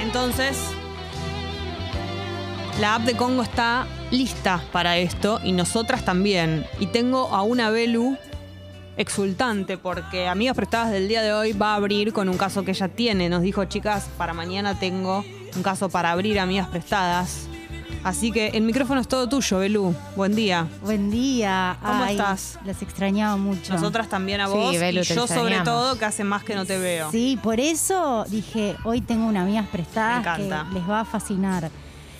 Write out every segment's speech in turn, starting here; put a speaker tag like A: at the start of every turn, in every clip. A: entonces, la app de Congo está lista para esto y nosotras también. Y tengo a una Belu exultante porque Amigas Prestadas del día de hoy va a abrir con un caso que ella tiene. Nos dijo, chicas, para mañana tengo un caso para abrir Amigas Prestadas. Así que el micrófono es todo tuyo, Belu. Buen día.
B: Buen día.
A: ¿Cómo
B: Ay,
A: estás?
B: Las extrañaba mucho.
A: Nosotras también a
C: Sí,
A: vos. y
C: Belu, te
A: yo sobre
C: extrañamos.
A: todo que hace más que no te veo.
B: Sí, por eso dije, hoy tengo unas amigas prestadas
A: Me
B: que
A: encanta.
B: les va a fascinar.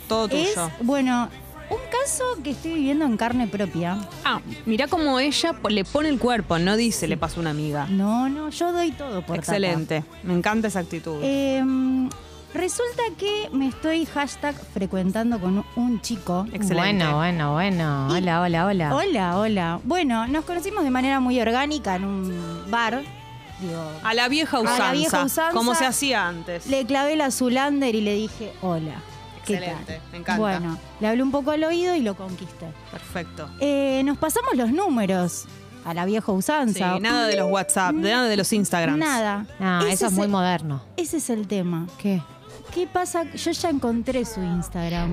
A: Todo tuyo.
B: Es, bueno, un caso que estoy viviendo en carne propia.
A: Ah, mirá cómo ella po- le pone el cuerpo, no dice le pasó una amiga.
B: No, no, yo doy todo por Tata.
A: Excelente, me encanta esa actitud.
C: Eh,
B: Em, resulta que me estoy hashtag frecuentando con un chico.
A: Excelente.
C: Bueno, bueno, bueno.
B: Y-
C: Hola, hola, hola.
B: Hola, hola. Bueno, nos conocimos de manera muy orgánica en un bar. Digo,
A: a la vieja
B: la
A: usanza,
B: vieja usanza.
A: como se hacía antes.
B: le clavé la Zulander y le dije, hola. ¿qué tal?".
A: Excelente, me encanta.
B: Bueno, le hablé un poco al oído y lo conquisté.
A: Perfecto.
B: Eh, nos pasamos los números a la vieja
A: Sí,
B: usanza.
A: nada de los WhatsApp, de nada de los Instagrams.
B: Nada.
C: Ah,
B: Ese
C: eso es muy moderno.
B: Ese es el tema.
C: ¿Qué?
B: ¿Qué pasa? Yo ya encontré su Instagram.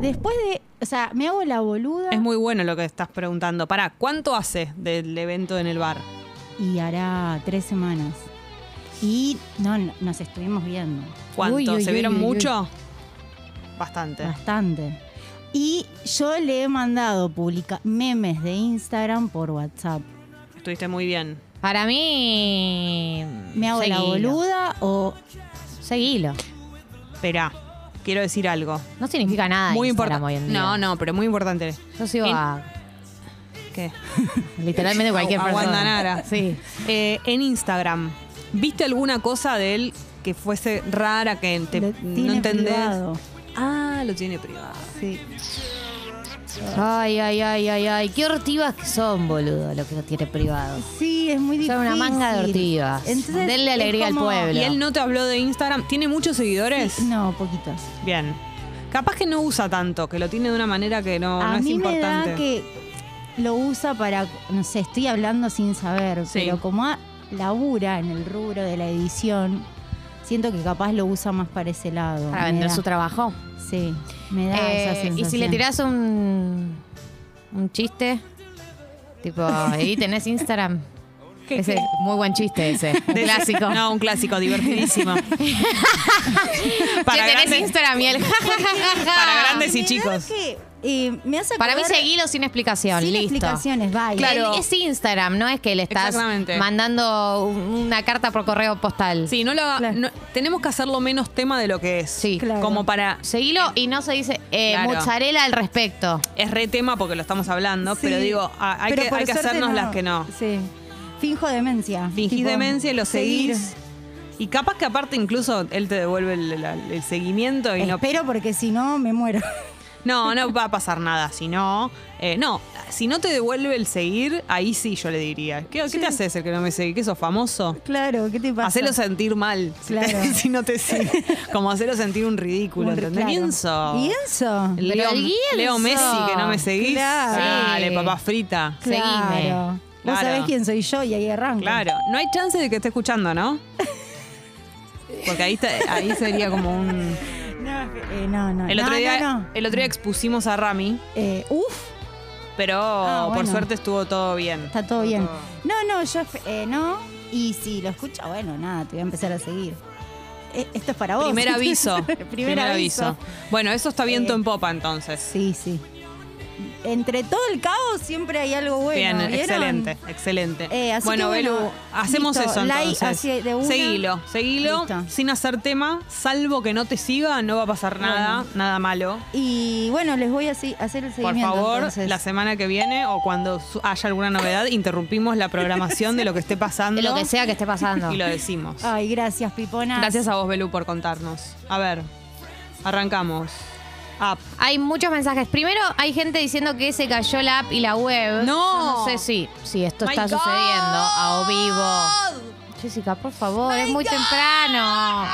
B: Después de. O sea, me hago la boluda
A: Es muy bueno lo que estás preguntando. Pará, ¿cuánto hace del evento en el bar?
B: y hará tres semanas. Y no, no, nos estuvimos viendo.
A: ¿Cuánto?
C: Uy, uy,
A: ¿Se
C: uy,
A: vieron
C: uy, Ah. uy.
A: mucho? Bastante.
B: Bastante. Y yo le he mandado publica memes de Instagram por WhatsApp.
A: Estuviste muy bien.
C: Para mí.
B: Me hago la
C: seguilo.
B: boluda o.
C: Seguilo.
A: Esperá, quiero decir algo.
C: No significa nada.
A: muy
C: Ah, Instagram
A: importante.
C: hoy en día.
A: No, no, pero muy importante.
C: Yo sigo
A: En-
C: a
A: ¿Qué?
C: literalmente cualquier
A: A- a
C: persona.
A: Guandanara.
C: Sí.
A: Eh, en Instagram, ¿viste alguna cosa de él que fuese rara, que te-
B: lo
A: no
B: tiene
A: entendés?
B: privado.
A: Ah, lo tiene privado.
B: Sí.
C: Ay, ay, ay, ay, ay. Qué hortivas que son, boludo, lo que tiene privado.
B: Sí, es muy difícil.
C: Son una manga de ortivas.
B: Entonces,
C: Denle
B: es
C: alegría al
B: como-
C: pueblo.
A: ¿Y él no te habló de Instagram? ¿Tiene muchos seguidores?
B: No, poquitos.
A: Bien. Capaz que no usa tanto, que lo tiene de una manera que no,
B: a
A: no es
B: mí me
A: importante.
B: da que lo usa para, no sé, estoy hablando sin saber,
A: Sí.
B: pero como a- labura en el rubro de la edición, siento que capaz lo usa más para ese lado.
C: Para
B: Me
C: vender
B: da-
C: su trabajo.
B: Sí, me da
C: Eh,
B: esa sensación.
C: y si le tirás un, un chiste, tipo, y tenés Instagram.
A: ¿Qué-
C: ese,
A: qué?
C: Muy buen chiste ese. un
A: De-
C: clásico.
A: No, un clásico, divertidísimo. para,
C: Che, tenés
A: grandes,
C: Instagram y el ja, ja, ja, ja, ja.
A: para grandes y
B: Me da
A: chicos.
B: que, eh, me hace
C: Para mí
B: acordar-
C: seguilo sin explicación,
B: Sin
C: listo.
B: explicaciones, bye.
C: Claro. Es Instagram, no es que le estás
A: Exactamente.
C: mandando un- una carta por correo postal.
A: Sí, no lo haga-
B: Claro.
A: no- tenemos que hacerlo menos tema de lo que es.
C: Sí.
B: Claro.
A: Como para
C: Seguilo y no se dice eh,
A: Claro.
C: mozzarella al respecto.
A: es re tema porque lo estamos hablando,
B: Sí,
A: pero digo, a- hay,
B: pero
A: que,
B: por
A: hay que
B: suerte
A: hacernos
B: no.
A: las que no.
B: Sí. Finjo demencia.
A: Fingís
B: Tipo,
A: demencia y lo
B: seguir.
A: seguís. Y capaz que aparte incluso él te devuelve el, la- el seguimiento y no...
B: Espero porque si no me muero.
A: No, no va a pasar nada, si no... eh, no, si no te devuelve el seguir, ahí sí yo le diría. ¿Qué, qué te haces el que no me seguís? ¿Que sos famoso?
B: Claro, ¿qué te pasa?
A: Hacelo sentir mal si, te-
B: Claro.
A: si no te sigue. Como hacerlo sentir un ridículo,
B: Un re-
A: ¿entendés? Lienzo.
B: claro. Lienzo.
C: Pero
A: Leo,
C: el lienzo.
A: Leo Messi, que no me seguís.
B: Claro.
A: Dale, papá frita.
C: Seguime.
B: Claro. Vos
A: Claro.
B: sabés quién soy yo y ahí arranco.
A: Claro, no hay chance de que esté escuchando, ¿no? Porque ahí, está- ahí sería como un...
B: No, eh, no, no.
A: El otro,
B: No,
A: día,
B: no, no.
A: el otro día expusimos a Rami,
B: Eh, uf,
A: pero
B: Ah,
A: por
B: bueno.
A: suerte estuvo todo bien.
B: está todo bien.
A: todo.
B: No, no, yo eh, no. Y si lo escucha, bueno, nada, te voy a empezar a seguir. Eh, esto es para vos.
A: Primer aviso.
B: Primer, aviso.
A: Bueno, eso está viento
B: Eh,
A: en popa entonces.
B: Sí, sí. Entre todo el caos siempre hay algo bueno.
A: bien,
B: ¿vieron?
A: excelente, excelente.
B: Eh, así
A: bueno,
B: que bueno,
A: Belu, hacemos
B: listo,
A: eso
B: like
A: entonces.
B: así de una.
A: seguilo, seguilo,
B: Listo.
A: sin hacer tema, salvo que no te siga, no va a pasar nada, nada malo.
B: Y bueno, les voy a si- hacer el
A: Por
B: seguimiento.
A: favor,
B: entonces.
A: la semana que viene o cuando su- haya alguna novedad, interrumpimos la programación de lo que esté pasando
C: De lo que sea Ah. que esté pasando.
A: y lo decimos.
B: Ay, gracias, Pipona.
A: Gracias a vos, Belú, por contarnos. A ver, arrancamos. App.
C: Hay muchos mensajes. Primero, hay gente diciendo que se cayó la app y la
A: No.
C: web. Yo no sé si, si esto
A: My
C: está
A: God.
C: sucediendo a vivo. Jessica, por favor, es muy temprano.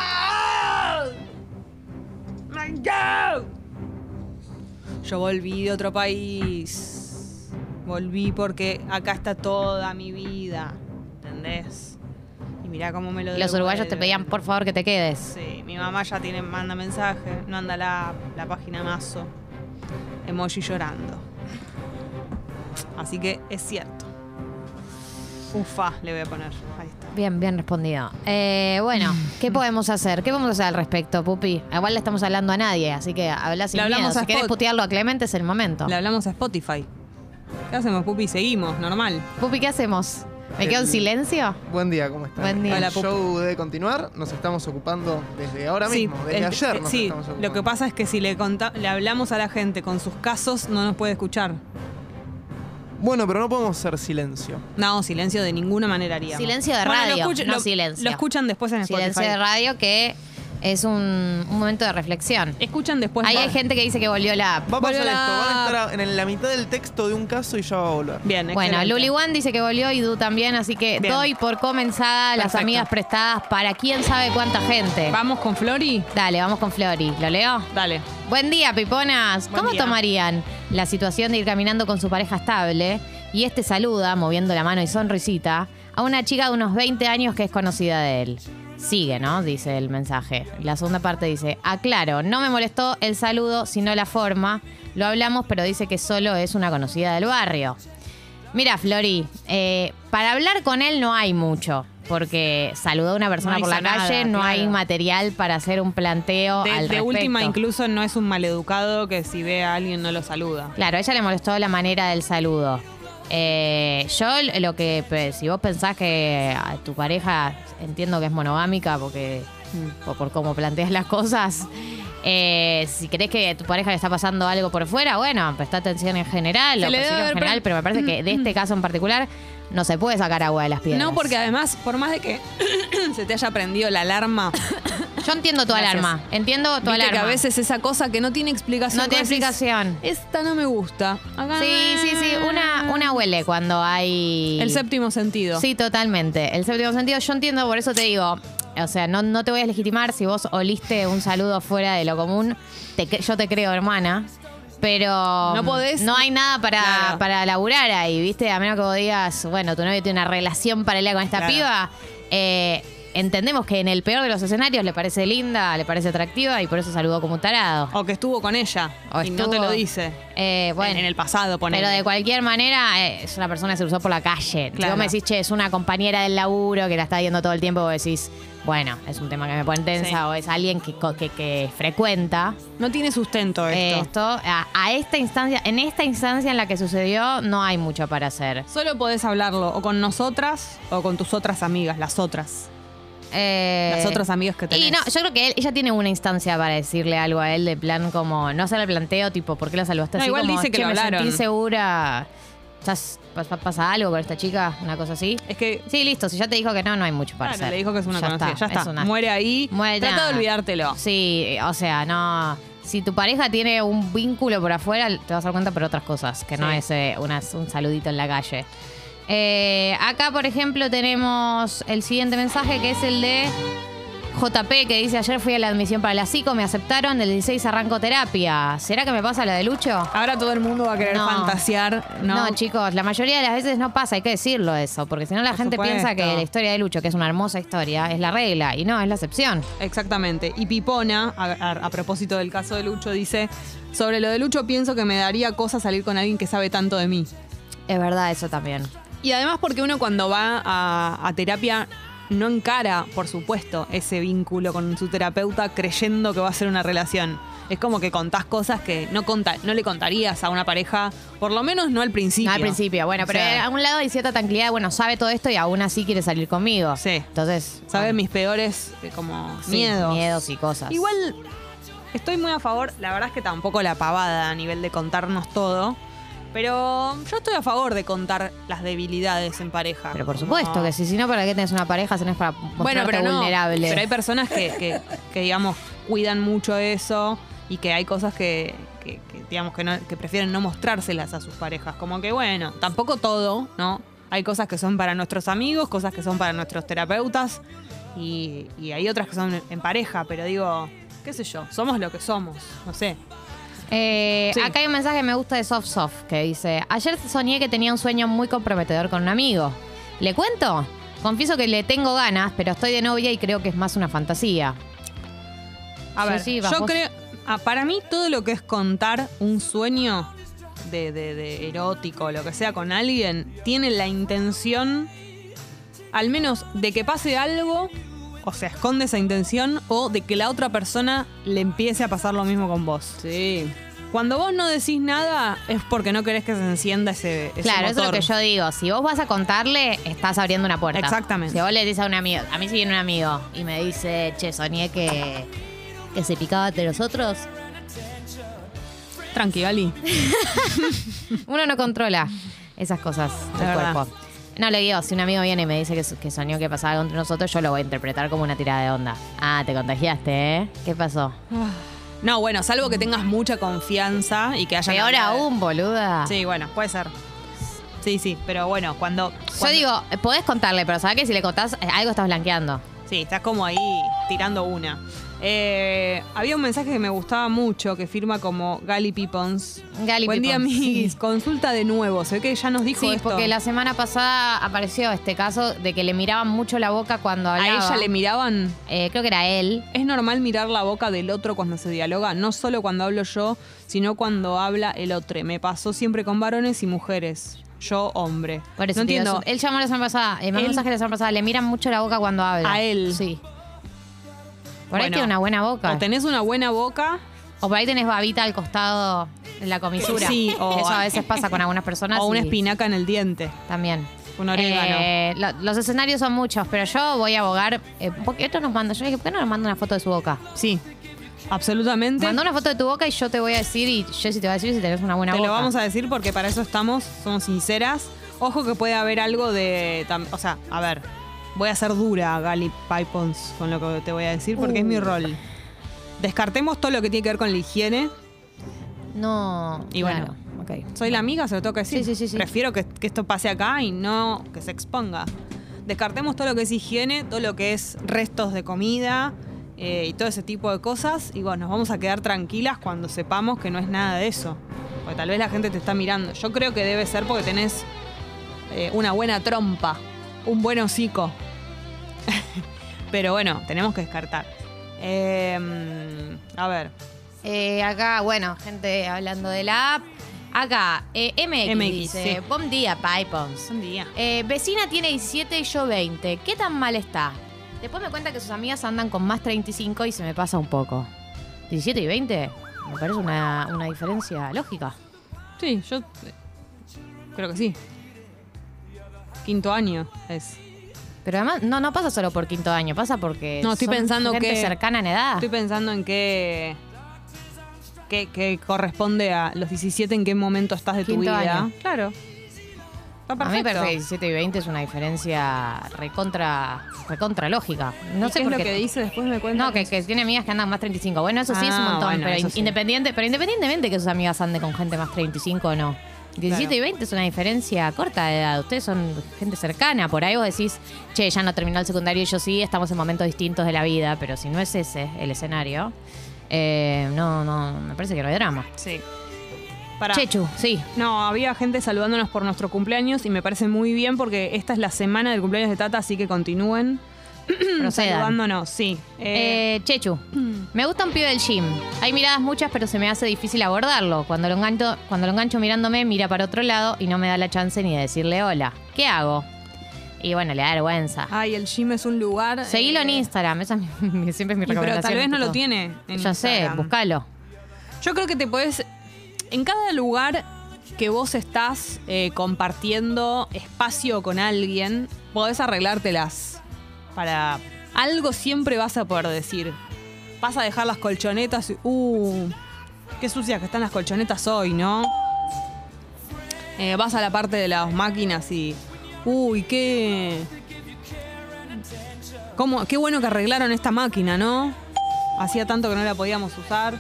A: Yo volví de otro país. Volví porque acá está toda mi vida. ¿Entendés? Y mirá cómo me lo
C: Los uruguayos te
A: devuelven.
C: pedían, por favor, que te quedes.
A: Sí, mi mamá ya tiene, manda mensaje, no anda la, la página mazo. Emoji llorando. Así que es cierto. Ufa, le voy a poner. Ahí está.
C: Bien, bien respondido. Eh, bueno,
A: Mm.
C: ¿qué podemos hacer? ¿Qué vamos a hacer al respecto, Pupi? Igual le estamos hablando a nadie, así que habla sin
A: Le hablamos
C: miedo.
A: a
C: Si querés
A: Spot.
C: putearlo a Clemente es el momento.
A: Le hablamos a Spotify. ¿Qué hacemos, Pupi? Seguimos, normal.
C: Pupi, ¿qué hacemos? ¿Me
D: El-
C: quedo en silencio?
D: Buen día, ¿cómo están?
C: Buen día.
A: Hola,
D: El
A: Pupu.
D: show debe continuar. Nos estamos ocupando desde ahora
A: Sí,
D: mismo, desde
A: el-
D: ayer. Nos
A: sí,
D: estamos ocupando.
A: lo que pasa es que si le, conta- le hablamos a la gente con sus casos, no nos puede escuchar.
D: Bueno, pero no podemos hacer silencio.
A: No, silencio de ninguna manera haría.
C: Silencio de radio, no silencio.
A: Lo escuchan después en Spotify.
C: Silencio de radio que es un, un momento de reflexión.
A: Escuchan después.
C: Ahí
A: Eh, pues Va-
C: hay gente que dice que volvió la app.
D: Va a pasar
A: Volvió la-
D: esto, van a estar en la mitad del texto de un caso y ya va a volver.
A: Bien,
C: Bueno,
A: excelente.
C: Luli Wan dice que volvió y Du también, así que
A: Bien.
C: doy por comenzada las
A: Perfecto.
C: amigas prestadas para quién sabe cuánta gente.
A: Vamos con Flori.
C: Dale, vamos con Flori. ¿Lo leo?
A: Dale.
C: Buen día, piponas.
A: Buen
C: ¿Cómo
A: día.
C: tomarían la situación de ir caminando con su pareja estable y este saluda, moviendo la mano y sonrisita, a una chica de unos 20 años que es conocida de él? Sigue, ¿no? Dice el mensaje. La segunda parte dice, aclaro, no me molestó el saludo, sino la forma. Lo hablamos, pero dice que solo es una conocida del barrio. Mira, Flori, eh, para hablar con él no hay mucho, porque saludó a una persona
A: No
C: por la
A: hizo nada,
C: calle, no hay
A: claro.
C: material para hacer un planteo
A: De,
C: al
A: de última,
C: respecto.
A: incluso no es un maleducado que si ve a alguien no lo saluda.
C: Claro, a ella le molestó la manera del saludo. Eh, yo lo que, pues, si vos pensás que a tu pareja, entiendo que es monogámica porque
A: Mm.
C: por, por cómo planteas las cosas, eh, si crees que a tu pareja le está pasando algo por fuera, bueno, presta atención en general,
A: Se
C: o
A: le debe
C: percibilo en
A: haber
C: general,
A: pre- Mm,
C: pero me parece que de este caso en particular no se puede sacar agua de las piedras.
A: No, porque además, por más de que se te haya prendido la alarma,
C: Yo entiendo tu
A: Gracias.
C: alarma, entiendo tu
A: viste
C: alarma.
A: que a veces esa cosa que no tiene explicación.
C: No tiene
A: que decís,
C: explicación.
A: Esta no me gusta. Acá-
C: Sí, sí, sí, una, una huele cuando hay...
A: El séptimo sentido.
C: Sí, totalmente. El séptimo sentido, yo entiendo, por eso te digo. O sea, no, no te voy a legitimar si vos oliste un saludo fuera de lo común. te cre- yo te creo, hermana. Pero
A: No podés.
C: no hay nada para,
A: Claro.
C: para laburar ahí, ¿viste? A menos que vos digas, bueno, tu novio tiene una relación paralela con esta
A: Claro.
C: piba. Eh, entendemos que en el peor de los escenarios le parece linda, le parece atractiva y por eso saludó como un tarado.
A: O que estuvo con ella.
C: O
A: y no te
C: estuvo-
A: lo dice.
C: Eh, bueno.
A: En, en el pasado, ponele.
C: Pero de cualquier manera, eh, es una persona que se cruzó por la calle. Si
A: Claro.
C: vos me decís, che, es una compañera del laburo que la está viendo todo el tiempo, vos decís, bueno, es un tema que me pone tensa
A: Sí.
C: o es alguien que, co- que, que frecuenta
A: No tiene sustento
C: esto.
A: esto.
C: A, a esta instancia, en esta instancia en la que sucedió, no hay mucho para hacer.
A: Solo podés hablarlo o con nosotras o con tus otras amigas, las otras.
C: Eh,
A: Las otras amigas que tenés.
C: Y no, yo creo que él- ella tiene una instancia para decirle algo a él de plan como no hacer el planteo, tipo, ¿por qué la saludaste
A: No,
C: así?
A: igual
C: Como,
A: dice que
C: "Che,
A: lo
C: me
A: hablaron".
C: sentí segura. ¿Estás- pas- pas- ¿Pasa algo con esta chica? Una cosa así.
A: Es que
C: Sí, listo. Si ya te dijo que no, no hay mucho para
A: Claro,
C: hacer.
A: le dijo que es una conocida. ya está.
C: es una-
A: Muere ahí.
C: Muere
A: Trata
C: nada.
A: de olvidártelo.
C: Sí, eh, o sea, no. Si tu pareja tiene un vínculo por afuera, te vas a dar cuenta por otras cosas, que no
A: Sí.
C: es eh, una- un saludito en la calle. Eh, acá, por ejemplo, tenemos el siguiente mensaje que es el de JP, que dice: Ayer fui a la admisión para la psico, me aceptaron, del 16 arranco terapia. ¿Será que me pasa lo de Lucho?
A: Ahora todo el mundo va a querer
C: No.
A: fantasear.
C: No,
A: No,
C: chicos, la mayoría de las veces no pasa, hay que decirlo eso, porque si no la
A: Por
C: gente
A: supuesto.
C: piensa que la historia de Lucho, que es una hermosa historia, es la regla, y no, es la excepción.
A: Exactamente. Y Pipona, a, a- a propósito del caso de Lucho, dice: Sobre lo de Lucho, pienso que me daría cosa salir con alguien que sabe tanto de mí.
C: Es verdad eso también.
A: Y además, porque uno cuando va a, a terapia. No encara, por supuesto, ese vínculo con su terapeuta creyendo que va a ser una relación. Es como que contás cosas que no, conta, no le contarías a una pareja, por lo menos no al principio.
C: No, al principio, bueno,
A: O
C: pero
A: sea,
C: a un lado hay cierta tranquilidad, bueno, sabe todo esto y aún así quiere salir conmigo.
A: Sí.
C: Entonces,
A: ¿Sabe?
C: bueno,
A: Mis peores eh, como
C: sí,
A: miedos.
C: miedos y cosas.
A: Igual estoy muy a favor, la verdad es que tampoco la pavada a nivel de contarnos todo. Pero yo estoy a favor de contar las debilidades en pareja.
C: Pero por supuesto que sí, si no, ¿para qué tenés una pareja si no es para mostrarte
A: Bueno, pero no.
C: vulnerable?
A: Pero hay personas que, que- que, digamos, cuidan mucho eso y que hay cosas que, que- que, digamos, que, no- que prefieren no mostrárselas a sus parejas. Como que, bueno, tampoco todo, ¿no? Hay cosas que son para nuestros amigos, cosas que son para nuestros terapeutas y, y hay otras que son en pareja, pero digo, qué sé yo, somos lo que somos, no sé.
C: Eh,
A: Sí.
C: Acá hay un mensaje que me gusta de Soft Soft que dice: Ayer soñé que tenía un sueño muy comprometedor con un amigo. ¿Le cuento? Confieso que le tengo ganas, pero estoy de novia y creo que es más una fantasía.
A: A
C: Sí,
A: ver,
C: sí, va,
A: yo
C: vos-
A: creo. ah, para mí, todo lo que es contar un sueño de, de- de erótico, lo que sea, con alguien, tiene la intención, al menos, de que pase algo, o sea, esconde esa intención, o de que la otra persona le empiece a pasar lo mismo con vos. Sí. Cuando vos no decís nada, es porque no querés que se encienda ese. ese
C: Claro, eso es lo
A: motor.
C: que yo digo. Si vos vas a contarle, estás abriendo una puerta.
A: Exactamente.
C: Si vos le dices a un amigo, a mí si viene un amigo y me dice, che, soñé que, que se picaba entre nosotros,
A: Tranqui, Gali.
C: uno no controla esas cosas del
A: La verdad.
C: cuerpo. No, lo digo, si un amigo viene y me dice que, su- que soñó que pasaba algo entre nosotros, yo lo voy a interpretar como una tirada de onda. Ah, te contagiaste, ¿eh? ¿Qué pasó?
A: No, bueno, salvo que tengas mucha confianza y que haya.
C: Peor
A: una-
C: aún, boluda.
A: Sí, bueno, puede ser. Sí, sí, pero bueno, cuando.
C: Yo
A: cuando-
C: digo, eh, podés contarle, pero sabés que si le contás, eh, algo estás blanqueando.
A: Sí, estás como ahí tirando una. Eh, había un mensaje que me gustaba mucho que firma como Gali Pipons.
C: Gali
A: Buen día,
C: Pipons,
A: amiguis.
C: sí.
A: Consulta de nuevo. Sé que ya nos dijo
C: Sí,
A: esto.
C: porque la semana pasada apareció este caso de que le miraban mucho la boca cuando
A: A
C: hablaba.
A: ella le miraban.
C: Eh, creo que era él.
A: ¿Es normal mirar la boca del otro cuando se dialoga? No solo cuando hablo yo, sino cuando habla el otro. Me pasó siempre con varones y mujeres. Yo, hombre.
C: Por eso
A: no
C: te digo,
A: entiendo.
C: Él llamó la semana pasada, eh, mandó
A: Él-
C: un mensaje la semana pasada, le miran mucho la boca cuando habla.
A: A él.
C: Sí. Por ahí
A: Bueno.
C: tiene una buena boca.
A: O tenés una buena boca
C: O por ahí tenés babita al costado en la comisura.
A: Sí, o-
C: Eso a veces pasa con algunas personas.
A: o una
C: y-
A: espinaca en el diente.
C: También.
A: Un orégano.
C: Eh, lo- los escenarios son muchos, pero yo voy a abogar. eh, porque esto nos manda. Yo le dije, ¿por qué no nos manda una foto de su boca?
A: Sí, absolutamente.
C: Manda una foto de tu boca y yo te voy a decir, y Jessy te va a decir si tenés una buena
A: Te
C: boca.
A: lo vamos a decir porque para eso estamos, somos sinceras. Ojo que puede haber algo de. tam- o sea, a ver, voy a ser dura, Gali Pipons, con lo que te voy a decir porque es mi rol. Descartemos todo lo que tiene que ver con la higiene.
C: No.
A: Y
C: claro. Ok.
A: Soy la amiga, se lo tengo que decir.
C: Sí, sí, sí, sí.
A: Prefiero que, que esto pase acá y no que se exponga. Descartemos todo lo que es higiene, todo lo que es restos de comida eh, y todo ese tipo de cosas. Y bueno, nos vamos a quedar tranquilas cuando sepamos que no es nada de eso. Porque tal vez la gente te está mirando. Yo creo que debe ser porque tenés eh, una buena trompa, un buen hocico. Pero bueno, tenemos que descartar. Eh, a ver,
C: Eh, acá, bueno, gente hablando de la app. Acá, eh, MX,
A: MX,
C: dice,
A: sí.
C: buen día, Pipons.
A: un día.
C: Eh, vecina tiene 17 y yo 20. ¿Qué tan mal está? Después me cuenta que sus amigas andan con más 35 y se me pasa un poco. 17 y 20, me parece una, una diferencia lógica.
A: Sí, yo eh, creo que sí. Quinto año es.
C: Pero además, no, no pasa solo por quinto año, pasa porque
A: No, estoy
C: son
A: pensando
C: gente
A: que-
C: cercana en edad.
A: Estoy pensando en qué, qué, qué corresponde a los 17, en qué momento estás de tu
C: Quinto
A: vida.
C: año.
A: Claro. Está
C: A mí me
A: perfecto.
C: parece que 17 y 20 es una diferencia recontra, recontra lógica. No
A: ¿Y
C: sé
A: qué
C: por
A: es lo que dice después me cuenta.
C: No, que, que tiene amigas que andan más 35. Bueno, eso sí es un
A: Ah,
C: montón,
A: bueno,
C: pero,
A: eso
C: in-
A: sí.
C: independiente, pero independientemente que sus amigas anden con gente más 35 o no. 17
A: Claro.
C: y 20 es una diferencia corta de edad. Ustedes son gente cercana. Por ahí vos decís, che, ya no terminó el secundario y yo sí, estamos en momentos distintos de la vida, pero si no es ese el escenario, eh, no, no, me parece que no hay drama.
A: Sí. Pará.
C: Chechu, sí.
A: No, había gente saludándonos por nuestro cumpleaños y me parece muy bien porque esta es la semana del cumpleaños de Tata, así que continúen Mm,
C: Procedan.
A: saludándonos. Sí. Eh,
C: Mm, Eh, Chechu, me gusta un pibe del gym. Hay miradas muchas, pero se me hace difícil abordarlo. Cuando lo, engancho, cuando lo engancho mirándome, mira para otro lado y no me da la chance ni de decirle hola. ¿Qué hago? Y bueno, le da vergüenza.
A: Ay, el gym es un lugar.
C: Seguilo
A: Ah, eh,
C: en Instagram, esa es mi- siempre es mi
A: y Pero
C: recomendación.
A: tal vez no lo
C: tipo.
A: tiene. en
C: Yo sé,
A: Instagram.
C: buscalo.
A: Yo creo que te podés. En cada lugar que vos estás eh, compartiendo espacio con alguien, podés arreglártelas. Para. Algo siempre vas a poder decir. Vas a dejar las colchonetas. y, Uh, qué sucias que están las colchonetas hoy, ¿no? Eh, vas a la parte de las máquinas y. Uy, qué. ¿Cómo? Qué bueno que arreglaron esta máquina, ¿no? Hacía tanto que no la podíamos usar.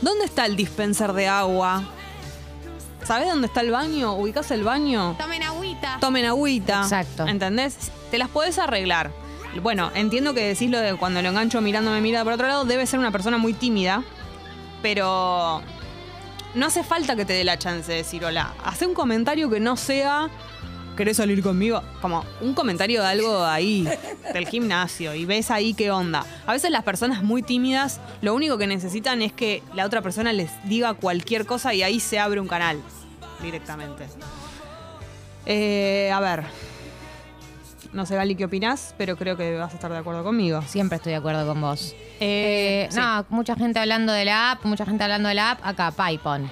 A: ¿Dónde está el dispenser de agua? ¿Sabés dónde está el baño? ¿Ubicás el baño?
C: Tomen agüita.
A: Tomen agüita.
C: Exacto.
A: ¿Entendés? Te las podés arreglar. Bueno, entiendo que decís lo de cuando lo engancho mirándome mira por otro lado, debe ser una persona muy tímida, pero no hace falta que te dé la chance de decir hola. Hace un comentario que no sea ¿querés salir conmigo? Como un comentario de algo ahí, del gimnasio, y ves ahí qué onda. A veces las personas muy tímidas lo único que necesitan es que la otra persona les diga cualquier cosa y ahí se abre un canal directamente. Eh, a ver. No sé, Gali, qué opinás, pero creo que vas a estar de acuerdo conmigo.
C: Siempre estoy de acuerdo con vos.
A: Eh,
C: Eh, No, mucha gente hablando de la app, mucha gente hablando de la app. Acá, Python.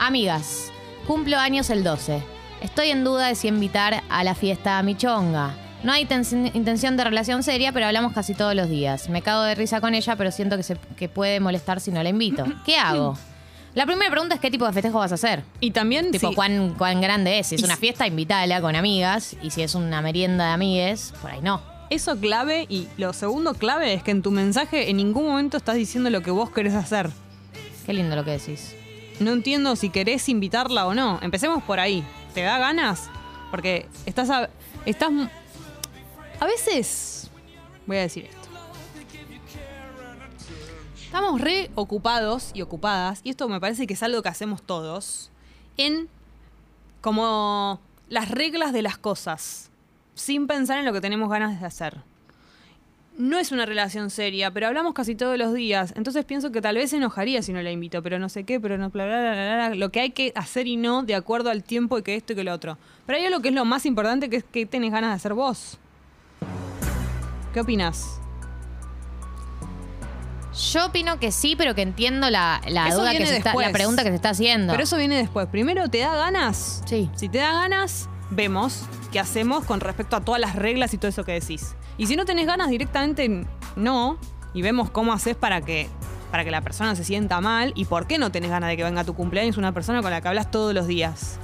C: Amigas, cumplo años el 12. Estoy en duda de si invitar a la fiesta a mi chonga. No hay ten- intención de relación seria, pero hablamos casi todos los días. Me cago de risa con ella, pero siento que, se, que puede molestar si no la invito. ¿Qué hago? La primera pregunta es qué tipo de festejo vas a hacer.
A: Y también.
C: Tipo,
A: sí,
C: ¿cuán, cuán grande es. Si es
A: Y
C: una
A: si-
C: fiesta, invítala con amigas. Y si es una merienda de amigues, por ahí no.
A: Eso clave y lo segundo clave es que en tu mensaje en ningún momento estás diciendo lo que vos querés hacer.
C: Qué lindo lo que decís.
A: No entiendo si querés invitarla o no. Empecemos por ahí. ¿Te da ganas? Porque estás a, estás m- a veces voy a decir esto. Estamos re ocupados y ocupadas y esto me parece que es algo que hacemos todos en como las reglas de las cosas, sin pensar en lo que tenemos ganas de hacer no es una relación seria, pero hablamos casi todos los días. Entonces pienso que tal vez se enojaría si no la invito, pero no sé qué, pero no, bla, bla, bla, bla, bla, lo que hay que hacer y no, de acuerdo al tiempo y que esto y que lo otro. Pero hay algo que es lo más importante, que es que tenés ganas de hacer vos. ¿Qué opinás?
C: Yo opino que sí, pero que entiendo la, la
A: Eso
C: duda que
A: viene
C: se está,
A: después.
C: la pregunta que se está haciendo.
A: Pero eso viene después. Primero, ¿te da ganas?
C: Sí.
A: Si te da ganas, vemos qué hacemos con respecto a todas las reglas y todo eso que decís. Y si no tenés ganas, directamente no. Y vemos cómo haces para que, para que la persona se sienta mal y por qué no tenés ganas de que venga a tu cumpleaños una persona con la que hablas todos los días.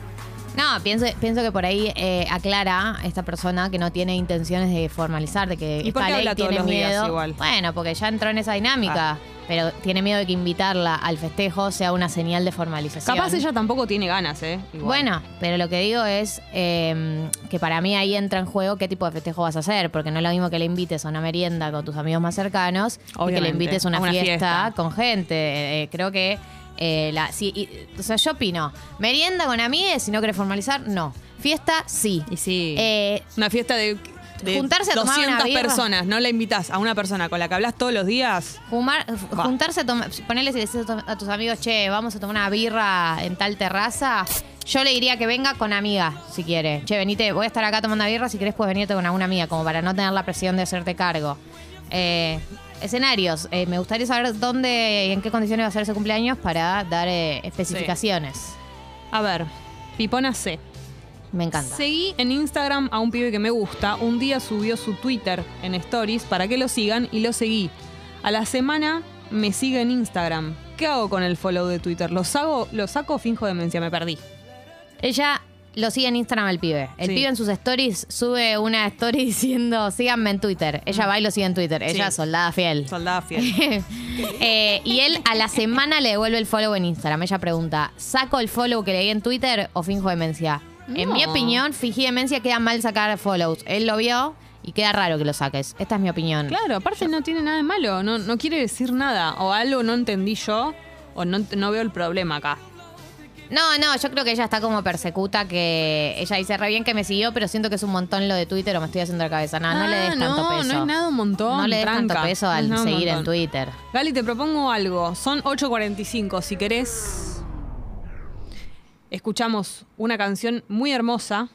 C: No, pienso, pienso que por ahí eh, aclara esta persona que no tiene intenciones de formalizar, de que
A: ¿Y por
C: esta
A: qué
C: ley
A: habla todos
C: tiene
A: los días
C: miedo.
A: igual? Ah.
C: Bueno, porque ya entró en esa dinámica, pero tiene miedo de que invitarla al festejo sea una señal de formalización.
A: Capaz ella tampoco tiene ganas, ¿eh? Igual.
C: Bueno, pero lo que digo es eh, que para mí ahí entra en juego qué tipo de festejo vas a hacer, porque no es lo mismo que le invites a una merienda con tus amigos más cercanos y que le
A: Obviamente,
C: invites a una,
A: a una
C: fiesta,
A: fiesta.
C: con gente. Eh, eh, creo que, eh, la, sí, y- o sea, yo opino, merienda con amigues, si no querés formalizar, no. Fiesta, sí.
A: Y sí.
C: Eh,
A: una fiesta de, de
C: Juntarse a tomar una
A: 200
C: birra.
A: personas. No la invitas a una persona con la que hablas todos los días.
C: Fumar, f-
A: Va.
C: juntarse a tomar, ponerle si le decís a tu- a tus amigos, che, vamos a tomar una birra en tal terraza. Yo le diría que venga con amiga, si quiere. Che, venite, voy a estar acá tomando una birra, si querés puedes venirte con alguna amiga, como para no tener la presión de hacerte cargo. Eh, escenarios, eh, me gustaría saber dónde y en qué condiciones va a ser ese cumpleaños para dar eh, especificaciones.
A: A ver, Pipona C.
C: Me encanta.
A: Seguí en Instagram a un pibe que me gusta. Un día subió su Twitter en Stories para que lo sigan y lo seguí. A la semana me sigue en Instagram. ¿Qué hago con el follow de Twitter? ¿Lo, saco, lo saco o finjo demencia? Me perdí.
C: Ella lo sigue en Instagram al pibe. El
A: Sí.
C: pibe en sus stories sube una story diciendo, síganme en Twitter. Ella va y lo sigue en Twitter. Ella,
A: Mm. Sí.
C: soldada fiel.
A: Soldada fiel.
C: Eh, y él a la semana le devuelve el follow en Instagram. Ella pregunta, ¿saco el follow que le di en Twitter o finjo demencia? En
A: No.
C: mi opinión, fingí demencia queda mal sacar follows. Él lo vio y queda raro que lo saques. Esta es mi opinión.
A: Claro, aparte no tiene nada de malo. No, no quiere decir nada. O algo no entendí yo o no, no veo el problema acá.
C: No, no, yo creo que ella está como persecuta que ella dice re bien que me siguió, pero siento que es un montón lo de Twitter o me estoy haciendo la cabeza. No, no le des
A: Ah,
C: tanto
A: no,
C: peso.
A: no es nada un montón,
C: No le des tanto
A: tranca.
C: peso
A: No es
C: al
A: nada un
C: seguir en
A: montón.
C: Twitter.
A: Gali, te propongo algo. Son 8.45. Si querés, escuchamos una canción muy hermosa